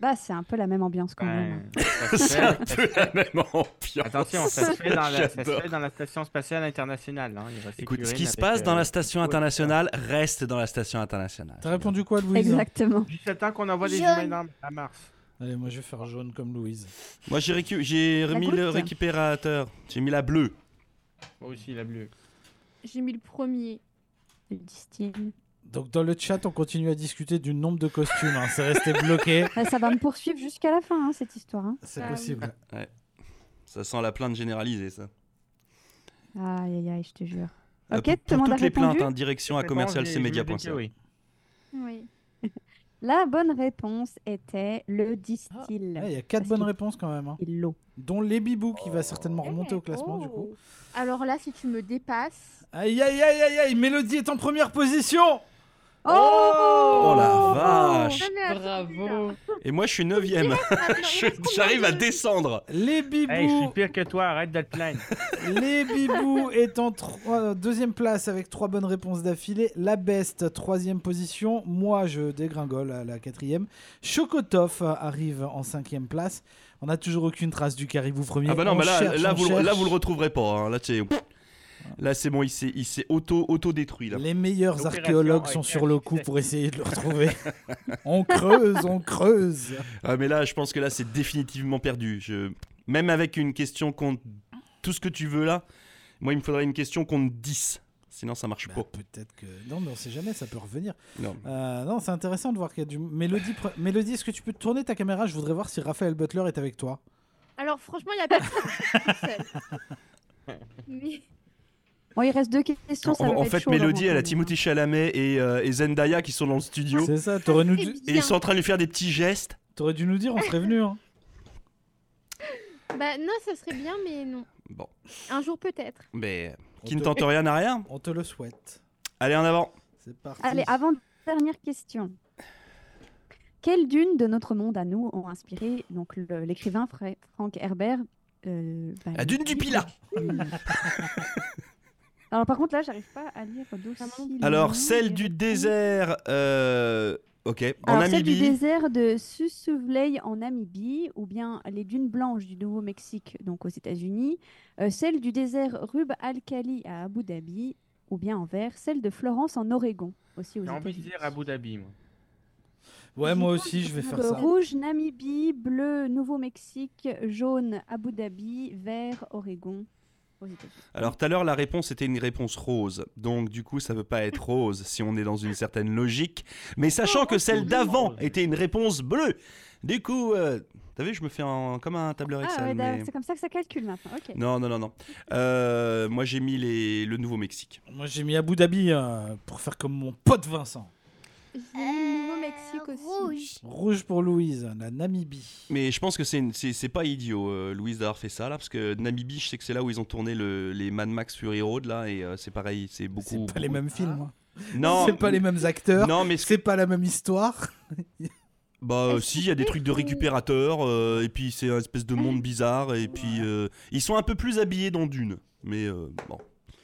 Bah, c'est un peu la même ambiance quand Ouais, même. Ben, [LAUGHS] ça se C'est fait- un ça se peu la même ambiance. Attention, ça se fait dans la, ça se J'adore. fait dans la station spatiale internationale. hein. Il reste Écoute, ce Curine qui se avec, passe dans euh, la station ouais, internationale reste dans la station internationale. T'as répondu quoi, Louise Exactement. Jusqu'à temps qu'on envoie des Jaune. humains dans- à Mars. Allez, moi je vais faire jaune comme Louise. Moi j'ai récu- j'ai La remis le goutte. récupérateur. J'ai mis la bleue. Moi aussi, la bleue. Ah, J'ai mis le premier. Le distil. Donc dans le chat, on continue à discuter du nombre de costumes. hein. C'est resté bloqué. Ouais, Bah, ça va me poursuivre jusqu'à la fin, hein, cette histoire. hein. C'est Ah oui. possible. Ça sent la plainte généralisée ça. Aïe, aïe, aïe, je te jure. Euh, Ok, pour- tout le pour monde a toutes les plaintes, répondu hein, direction à C'est bon, j'ai- je me commercialcmedia.ca. dis que oui. Oui. La bonne réponse était le distil. Ah, Il y a quatre Parce bonnes qu'il- réponses quand même. hein. Et l'eau. Dont les bibous qui va certainement Oh. remonter au classement du coup. Alors là, si tu me dépasses, Aïe aïe aïe aïe aïe Mélodie est en première position Oh la Non, vache mais attends, [LAUGHS] là. Bravo. Et moi je suis 9ème. Attends, [LAUGHS] il Je- reste combien J'arrive de- à descendre. Les Hey, je suis bibous pire que toi, arrête de te plaindre. Les bibous est en trois- euh, deuxième place avec trois bonnes réponses d'affilée. La Beste, troisième position. Moi, je dégringole à la quatrième. Chocotov euh, arrive en cinquième place. On n'a toujours aucune trace du caribou premier. Ah bah non, On bah là, cherche, là, on vous, le- cherche. là vous le retrouverez pas. hein. Là c'est là c'est bon, il s'est il s'est auto auto détruit là. Les meilleurs L'opération archéologues a sont été sur un le coup succès. pour essayer de le [LAUGHS] retrouver. on creuse, on creuse. Ah mais là je pense que là c'est définitivement perdu. Je... Même avec une question compte tout ce que tu veux là, moi il me faudrait une question compte 10. Sinon ça marche Bah, pas. Peut-être que non, mais on sait jamais, ça peut revenir. Non. Euh, non, c'est intéressant de voir qu'il y a du Mélodie. pre- Mélodie, est-ce que tu peux tourner ta caméra Je voudrais voir si Raphaël Butler est avec toi. Alors franchement, il n'y a personne. Seule. [LAUGHS] Mais- Bon, il reste deux questions. ça En- va en être fait, hein, chaud, Mélodie, vraiment, elle a quand Timothée Chalamet et, euh, et Zendaya qui sont dans le studio. C'est ça. T'aurais nous dû... Eh Et bien. ils sont en train de lui faire des petits gestes. t'aurais dû nous dire, on serait venu. hein. Bah non, ça serait bien, mais non. Bon, Un jour peut-être. mais euh, On qui ne te- tente rien à rien. On te le souhaite. Allez, en avant. C'est parti. Allez, avant-dernière question. Quelles dunes de notre monde à nous ont inspiré donc le- l'écrivain Fra- Frank Herbert euh, bah, La dune du Pilat. Mmh. [LAUGHS] Alors par contre là, j'arrive pas à lire d'aussi Alors, loin, celle les du réponses. désert. euh, Ok, en Alors, celle du Namibie. désert de Susuvlei en Namibie, ou bien les dunes blanches du Nouveau-Mexique, donc aux États-Unis, euh, celle du désert Rub al-Khali à Abu Dhabi, ou bien en vert, celle de Florence en Oregon, aussi aux [LAUGHS] J'ai envie de États-Unis. dire Abu Dhabi. moi. Ouais, moi aussi, je vais Donc, faire ça. Rouge, Namibie, bleu, Nouveau-Mexique, jaune, Abu Dhabi, vert, Oregon. aux États-Unis. Alors, tout à l'heure, la réponse était une réponse rose. Donc, du coup, ça peut pas être rose si on est dans une certaine logique. Oh, Mais sachant que celle d'avant rose. était une réponse bleue. Du coup, euh, t'as vu, je me fais un- comme un tableur Ah Excel. ouais, mais- d'ailleurs, c'est comme ça que ça calcule maintenant. Ok. Non, non, non, non. Euh, moi, j'ai mis les... le Nouveau-Mexique. Moi, j'ai mis Abu Dhabi euh, pour faire comme mon pote Vincent. J'ai mis le Nouveau-Mexique aussi. Rouge. Rouge pour Louise, la Namibie. Mais je pense que c'est une- c'est c'est pas idiot, euh, Louise, d'avoir fait ça, là, parce que Namibie, je sais que c'est là où ils ont tourné le- les Mad Max Fury Road, là, et euh, c'est pareil, c'est beaucoup... C'est pas les beaucoup- Ah. mêmes films. hein. Non, C'est pas les mêmes acteurs. Non, mais c'est... C'est pas la même histoire. Bah, euh, Est-ce si, il y a des trucs de que- récupérateurs, euh, et puis c'est un espèce de monde bizarre, et puis euh, ils sont un peu plus habillés dans Dune, mais euh, bon.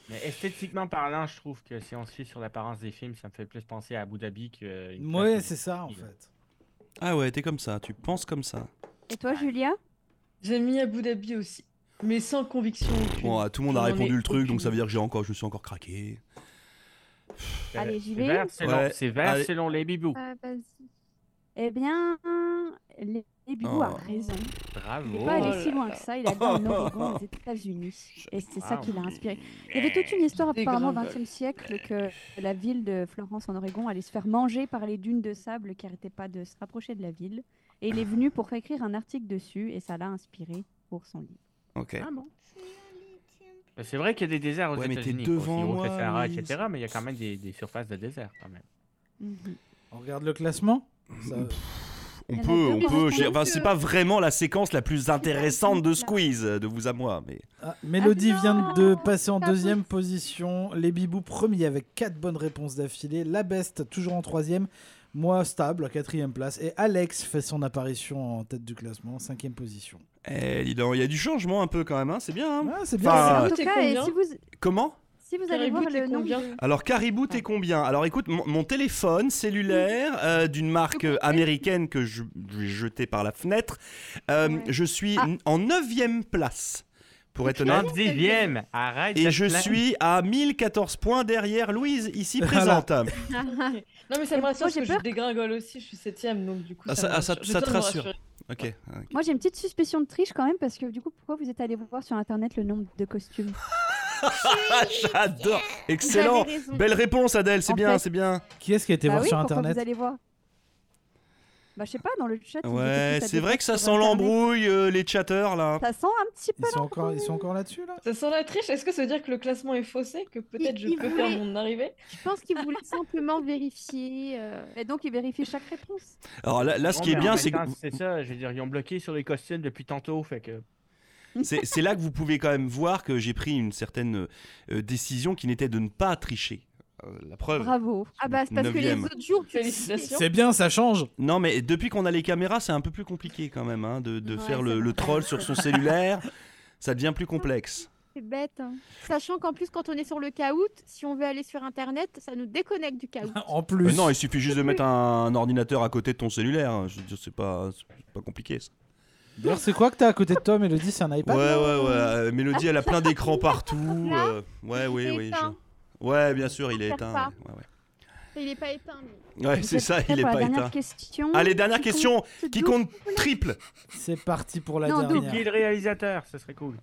Mais esthétiquement parlant, je trouve que si on se fie sur l'apparence des films, ça me fait plus penser à Abu Dhabi que. une Ouais, place- c'est ça en fait. Ah ouais, t'es comme ça, tu penses comme ça. Et toi, Julia J'ai mis Abu Dhabi aussi, mais sans conviction. aucune. Bon, ah, tout le monde a Non, répondu mais le truc, donc aucune. ça veut dire que j'ai encore, je me suis encore craqué. C'est- Allez, j'y c'est vais. vert selon- Ouais. C'est vert Allez. selon les bibous. Ah, vas-y. Eh bien, les les bibous a Oh. raison. Il n'est Bravo. pas allé Oh là si loin là. Ah que ça. Il a dit [LAUGHS] en Oregon aux États-Unis. Et c'est ça qui l'a inspiré. Il y avait toute une histoire apparemment au Dégringole. XXe siècle que la ville de Florence en Oregon allait se faire manger par les dunes de sable qui n'arrêtaient pas de se rapprocher de la ville. Et il est venu pour écrire un article dessus et ça l'a inspiré pour son livre. Ok. Ah bon. Mais C'est vrai qu'il y a des déserts aux Ouais, mais t'es États-Unis. quoi, aussi devant haut que moi, le Sahara, Louise. etc. Mais il y a quand même des, des surfaces de désert quand même. On regarde le classement. Ça- On Il y en a peut, deux, on mais on peut. se j'ai- trouve Enfin, que- c'est pas vraiment la séquence la plus intéressante de Squeeze, euh, de vous à moi, mais. Ah, Mélodie Ah, vient non de passer en T'as deuxième position. Les Bibous premier avec quatre bonnes réponses d'affilée. La Beste toujours en troisième. Moi stable à quatrième place. Et Alex fait son apparition en tête du classement, en cinquième position. Eh, dis donc, il y a du changement un peu quand même, hein, c'est bien. hein. Hum. Ah, c'est bien. Enfin, ça. Bah, En Ah, tout t'es cas, et combien si vous, Comment Si vous allez Caribou, voir t'es le nom combien de- Alors Caribou, t'es combien Alors écoute, mon, mon téléphone cellulaire euh, d'une marque euh, américaine que je je vais jeter par la fenêtre, euh, Ouais. je suis Ah. n- en 9ème place, pour être honnête. 10ème Arrête Et de je te plaindre. suis à 1014 points derrière Louise, ici Voilà. présente. Non, mais ça Et me rassure moi, parce j'ai que je peur. dégringole aussi, je suis septième, donc du coup. Ah, ça- me ah, ça- rassure. J'ai ça te besoin de me rassure. rassurer. Ok. Moi, j'ai une petite suspicion de triche quand même, parce que du coup, pourquoi vous êtes allé voir sur internet le nombre de costumes Ah, [LAUGHS] j'adore Excellent Vous avez raison. Belle réponse Adèle, c'est En bien, fait- c'est bien. Qui est-ce qui a été Bah voir oui, sur pourquoi internet Vous allez voir. Bah, je sais pas, dans le chat. ils étaient Ouais, tous à c'est deux vrai doigts que ça sur sent Internet. l'embrouille, euh, les chatters là. Ça sent un petit peu. Ils sont encore, ils sont encore là-dessus là Ça sent la triche, est-ce que ça veut dire que le classement est faussé Que peut-être Il- je il peux voulait- faire mon arrivée Je pense qu'il voulait simplement vérifier. euh, Et donc, ils vérifient chaque réponse. Alors là, là, ce Non, qui est mais en bien, même c'est que temps, C'est ça, je veux dire, ils ont bloqué sur les costumes depuis tantôt, fait que. C'est c'est là que vous pouvez quand même voir que j'ai pris une certaine euh, décision qui n'était de ne pas tricher. Euh, la preuve. Bravo. Ah bah c'est parce que les Neuvième. autres jours, tu le sais. Félicitations. C'est bien, ça change. Non, mais depuis qu'on a les caméras, c'est un peu plus compliqué quand même hein, de, de Ouais, faire c'est le, vrai. le troll sur son cellulaire. Ça devient plus [LAUGHS] complexe. C'est bête. hein. Sachant qu'en plus, quand on est sur le caout, si on veut aller sur Internet, ça nous déconnecte du caout. En Mais plus. non, il suffit juste de mettre un, ordinateur à côté de ton cellulaire. hein. Je veux dire, c'est pas, c'est pas compliqué. ça. D'ailleurs, c'est quoi que t'as à côté de toi, Mélodie C'est un Ouais, iPad ouais, ouais. non euh, Mélodie, elle a plein [LAUGHS] d'écrans partout. Là, euh, ouais, oui, il est oui. éteint. je- Ouais, bien sûr, il est Faire éteint. pas. ouais, ouais, Il n'est pas éteint. ouais. lui. Ouais, c'est ça, il est pour pas la dernière éteint. question. Allez, dernière Qui question compte qui double. compte triple. C'est parti pour la Non, double. Qui est dernière. le réalisateur Ce serait cool.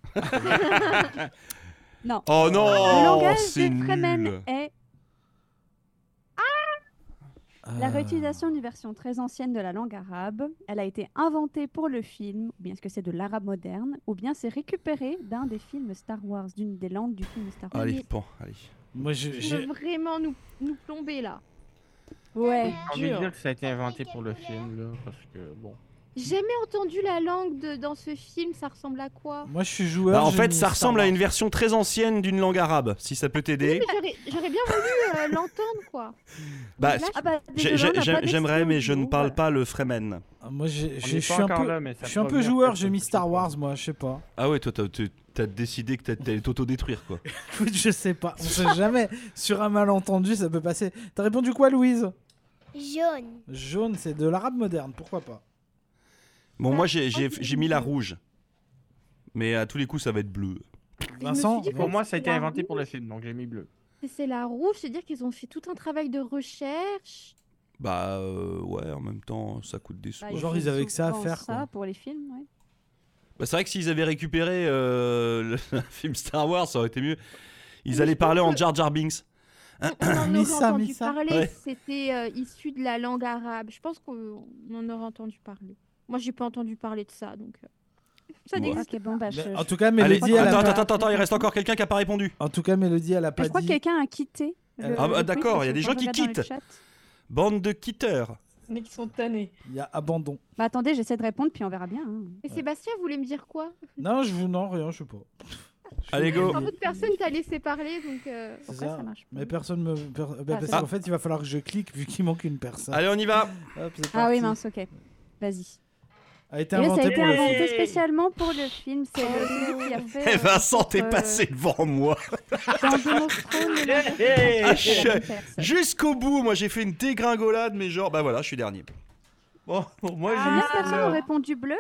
Non. Oh le non, langage c'est des Fremen nul. est la Ah. Euh, réutilisation d'une version très ancienne de la langue arabe. Elle a été inventée pour le film, ou bien est-ce que c'est de l'arabe moderne, ou bien c'est récupéré d'un des films Star Wars, d'une des langues du film Star Wars. Allez, bon, allez. Moi, je- Il veut j'ai- vraiment nous, nous plomber là. Ouais. J'ai envie de Dur. dire que ça a été inventé pour le film, là, parce que bon. J'ai Jamais entendu la langue de, dans ce film, ça ressemble à quoi moi, je suis joueur. Bah, en j'ai fait, mis ça Star ressemble à Wars. une version très ancienne d'une langue arabe, si ça peut t'aider. Mais j'aurais- J'aurais bien voulu euh, l'entendre quoi. Bah, là, Ah bah, j'ai- désolé, on j'ai- n'a pas j'ai- euh. d'extrait J'aimerais, mais audio, je ne voilà. parle pas le Fremen. Ah, Moi, j'ai- On j'ai- est je pas suis un encore peu, là, mais ça je suis un va peu venir joueur. peut-être J'ai mis prochaine Star fois. Wars, moi, je sais pas. [LAUGHS] Ah ouais, toi, t'as- t'as t'as décidé que t'a- t'allais t'autodétruire, quoi. Écoute, je sais pas. On sait jamais. Sur un malentendu, ça peut passer. T'as répondu quoi, Louise Jaune. Jaune, c'est de l'arabe moderne. Pourquoi pas Bon, moi, j'ai- j'ai j'ai mis la rouge. Mais à tous les coups, ça va être bleu. Je me suis Vincent, dit, Bon. Pour moi, ça a été La inventé pour le film, donc j'ai mis bleu. si c'est la rouge, c'est-à-dire qu'ils ont fait tout un travail de recherche. Bah, euh, ouais, en même temps, ça coûte des sous. Bah, Bah, Genre, font ils avaient que ça à souvent faire, quoi. Ça pour les films, ouais. Bah, c'est vrai que s'ils avaient récupéré euh, le [LAUGHS] film Star Wars, ça aurait été mieux. Mais Ils je allaient parler pense en que- Jar Jar Binks. [COUGHS] On on en Missa, aurait entendu Missa. parler, Ouais. c'était euh, issu de la langue arabe. Je pense qu'on on en aurait entendu parler. Moi, j'ai pas entendu parler de ça, donc euh, ça Ouais. n'existe Ok, bon, bah, je, Mais En tout cas, Allez, Mélodie, elle a attends, pas- attends, attends, attends, il reste encore quelqu'un qui n'a pas répondu. En tout cas, Mélodie, elle a je pas crois que dit. quelqu'un a quitté. le- Ah bah, le quiz, d'accord, parce il y a que des gens quand je qui regarde dans le chat- Bande de quitteurs. Il y en a qui sont tannés. Il y a abandon. Bah, attendez, j'essaie de répondre, puis on verra bien. hein. Et Sébastien voulait me dire quoi Non, je vous non rien, je sais pas. Allez, go. Un peu de personne t'a laissé parler, donc. euh, C'est Pourquoi ça. ça, marche pas Mais personne me. per- bah, Ah, parce c'est qu'en fait, il va falloir que je clique vu qu'il manque une personne. Allez, on y va. Hop, c'est Ah parti. oui, mince, ok. Vas-y. A été Et là, ça a inventé été pour le film. inventé spécialement pour le film. C'est le- celui qui a fait. Eh euh, Vincent, t'es euh, passé devant moi. Dans Game of [LAUGHS] Thrones, le mec [LAUGHS] Hey Ah, qui a fait la Comtesse. Jusqu'au bout, moi j'ai fait une dégringolade, mais genre, bah voilà, je suis dernier. Bon, pour moi, Combien Ah. de j'ai eu personnes ont bleu. répondu bleu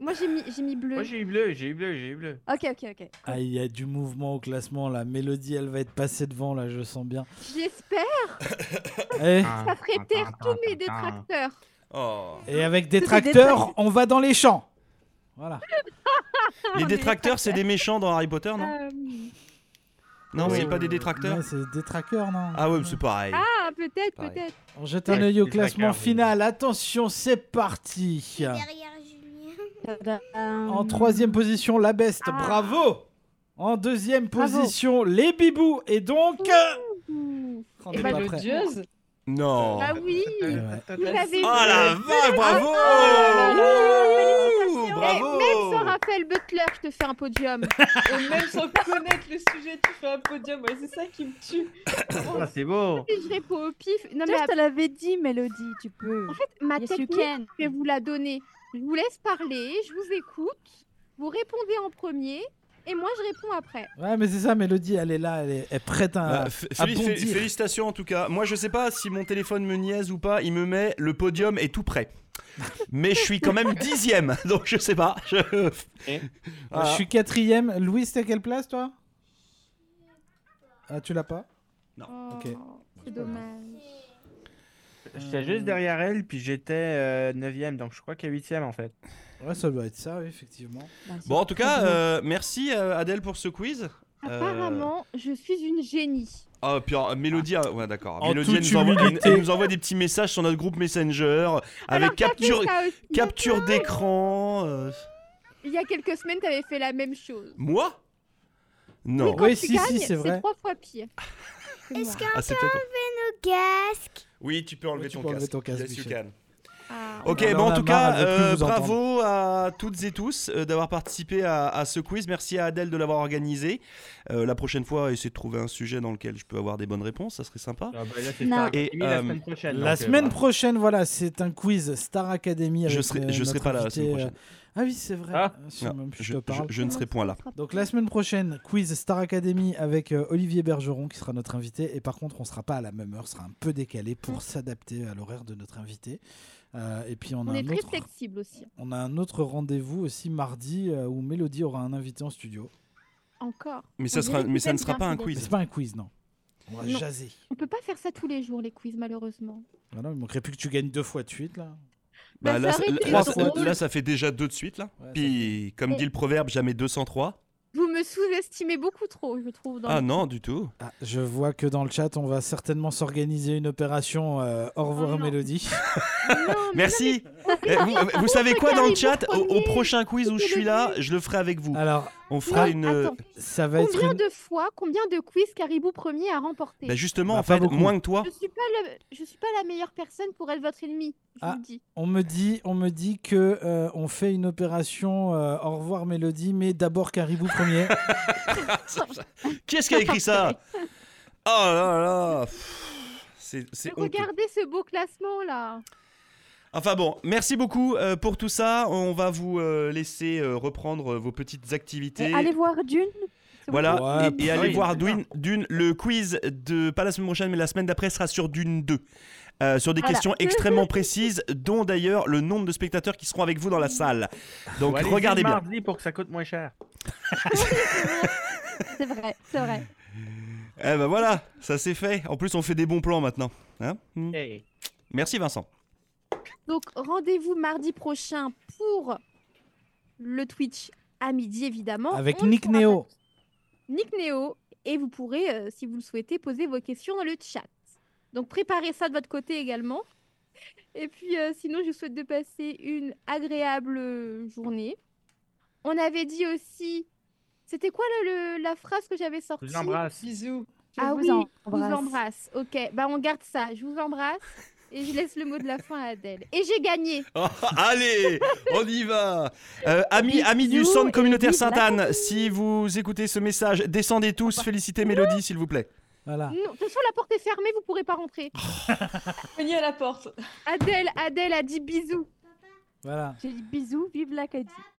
Moi, j'ai mis, j'ai mis bleu. Moi, j'ai eu bleu, j'ai eu bleu, j'ai eu [LAUGHS] bleu. Ok, ok, ok. Ah, il y a du mouvement au classement. La mélodie, elle va être passée devant là, je sens bien. J'espère Eh, Ah, que ça ferait taire tous mes détracteurs. Oh. Et avec des C'était tracteurs, on va dans les champs. Voilà. Les détracteurs, c'est des méchants dans Harry Potter, non Euh, Non, Oui. c'est pas des détracteurs Ouais, c'est des traqueurs, non Ah ouais, mais c'est pareil. Ah, peut-être, Pareil. peut-être. On jette un Ouais, œil au des classement traqueurs, oui. final. Attention, c'est parti. Qui est derrière Julien tadam. En troisième position, la Beste. Ah. Bravo. En deuxième Bravo. position, les Bibous. Et donc. Ouh. On Eh ben, est bah, pas le prêt. Odieuse Non. Bah oui Ouais. Vous avez Oh vu. la vache, bravo Ouh, Bravo Même sans Raphaël Butler, je te fais un podium. Et même sans connaître le sujet, tu fais un podium. Ouais, c'est ça qui me tue. Ah, c'est beau. Et je réponds au pif. Non, mais Toi, je te l'avais dit, Mélodie, tu peux. en fait, ma Yes, you technique, can. je vais vous la donner. Je vous laisse parler, je vous écoute, vous répondez en premier, et moi je réponds après. Ouais, mais c'est ça, Mélodie, elle est là, elle est, elle est prête Ah, à. Bah, Euh, fé- féli- fé- bondir. félicitations en tout cas. Moi je sais pas si mon téléphone me niaise ou pas, il me met le podium est tout prêt. Mais je suis quand [LAUGHS] même dixième, donc je sais pas. Je... Eh. Voilà. Je suis quatrième. Louis, t'es à quelle place, toi Ah, tu l'as pas Oh, Ok. C'est dommage. J'étais juste derrière elle, puis j'étais 9ème, donc je crois qu'elle est 8ème en fait. Ouais, ça doit être ça, oui, effectivement. Bon en tout cas, euh, merci euh, Adèle pour ce quiz. Euh, Apparemment, je suis une génie. Ah, puis alors, Mélodie, ah, ouais, d'accord. En Mélodie, elle toute nous, envoie, elle- humilité. elle nous envoie des petits messages sur notre groupe Messenger avec Alors, t'as fait capture, ça aussi. capture d'écran. euh, Il y a quelques semaines, t'avais fait la même chose. Moi Mais Non. quand Oui, tu si, si, gagnes, c'est vrai. c'est trois fois pire. Est-ce qu'un Ah, c'est peut-être- casque Oui, tu peux enlever Oui, tu ton peux enlever casque. ton casque, Yes, you Michel. can. Ah, Ok, Alors, bon, on en a tout marre, cas, elle veut plus euh, vous entendre. bravo à toutes et tous euh, d'avoir participé à, à ce quiz. Merci à Adèle de l'avoir organisé. Euh, la prochaine fois, essayez de trouver un sujet dans lequel je peux avoir des bonnes réponses, ça serait sympa. Ah, bah, là, c'est Non. Star Et, Academy la euh, semaine prochaine. La donc, euh, semaine voilà. prochaine, voilà, c'est un quiz Star Academy. Avec Je serai, euh, je serai notre pas là la invité, semaine euh, prochaine. Ah oui, c'est vrai. Ah. Ah, si, Non, même, je, je, te parle. je- je ne serai point là. Donc la semaine prochaine, quiz Star Academy avec euh, Olivier Bergeron qui sera notre invité. Et par contre, on sera pas à la même heure, sera un peu décalé pour s'adapter à l'horaire de notre invité. Euh, et puis on a, On est un très autre, flexible aussi. on a un autre rendez-vous aussi mardi euh, où Mélodie aura un invité en studio. Encore. Mais On ça, sera, dirait que mais ça ne vous sera êtes pas bien un fidèles. Mais c'est quiz. pas un quiz, non. On va Non. jaser. On peut pas faire ça tous les jours, les quiz, malheureusement. Voilà, il manquerait plus que tu gagnes deux fois de suite là. Bah, Bah, là, ça- arrêtez, là, c'est là, ça- drôle. là, ça fait déjà deux de suite. Là. Ouais, Puis, comme dit le proverbe, jamais 203. Vous me sous-estimez beaucoup trop, je trouve. Dans Ah le- non, du tout. Ah, je vois que dans le chat, on va certainement s'organiser une opération euh, Au revoir Oh non. Mélodie. [LAUGHS] Non, mais Merci. Eh, non, vous, mais- vous savez quoi dans le Caribou chat au, au premier. prochain quiz où je C'était suis le là, je le ferai avec vous. Alors, On fera Non, une. attends. ça va être Combien une... de fois, combien de quiz Caribou Premier a remporté Bah justement, Bah, en pas fait, beaucoup. moins que toi. Je suis pas le- je suis pas la meilleure personne pour être votre ennemi, je Ah. vous le dis. On me dit, on me dit que euh, on fait une opération euh, Au revoir Mélodie, mais d'abord [LAUGHS] Caribou premier. Qui est-ce qui a écrit ça Oh là là pff, C'est c'est Mais honteux. Regardez ce beau classement là. Enfin bon, merci beaucoup euh, pour tout ça. On va vous euh, laisser euh, reprendre euh, vos petites activités. Et Allez voir Dune. c'est Voilà, Ouais, et, et pff, allez oui, voir c'est Dune, Dune. Le quiz de, pas la semaine prochaine, mais la semaine d'après sera sur Dune 2. euh, sur des Voilà. questions extrêmement précises, dont d'ailleurs le nombre de spectateurs qui seront avec vous dans la salle. Donc Allez-y regardez bien. mardi pour que ça coûte moins cher. bon. C'est vrai, c'est vrai. Eh ben voilà, ça c'est fait. En plus, on fait des bons plans maintenant. Hein Mm. Hey. Merci Vincent. Donc rendez-vous mardi prochain pour le Twitch à midi évidemment. Avec On ne Nick pourra Neo. pas- Nick Neo et vous pourrez euh, si vous le souhaitez poser vos questions dans le chat. Donc préparez ça de votre côté également. Et puis euh, sinon je vous souhaite de passer une agréable euh, journée. On avait dit aussi c'était quoi le- le- la phrase que j'avais Je sortie vous embrasse. Bisous. Je Ah vous oui, je vous embrasse. embrasse. Ok, bah on garde ça. Je vous embrasse et je laisse le mot de la fin à Adèle. Et j'ai gagné. [LAUGHS] allez, on y va. Euh, amis, Bisous amis du centre et communautaire vive la Sainte-Anne, si vous écoutez ce message, descendez tous, félicitez Mélodie s'il vous plaît. Ah. Voilà. Non, de toute façon, la porte est fermée, vous pourrez pas rentrer. Cognez à la porte. Adèle, Adèle a dit bisous. Voilà. J'ai dit bisous, vive l'Acadie.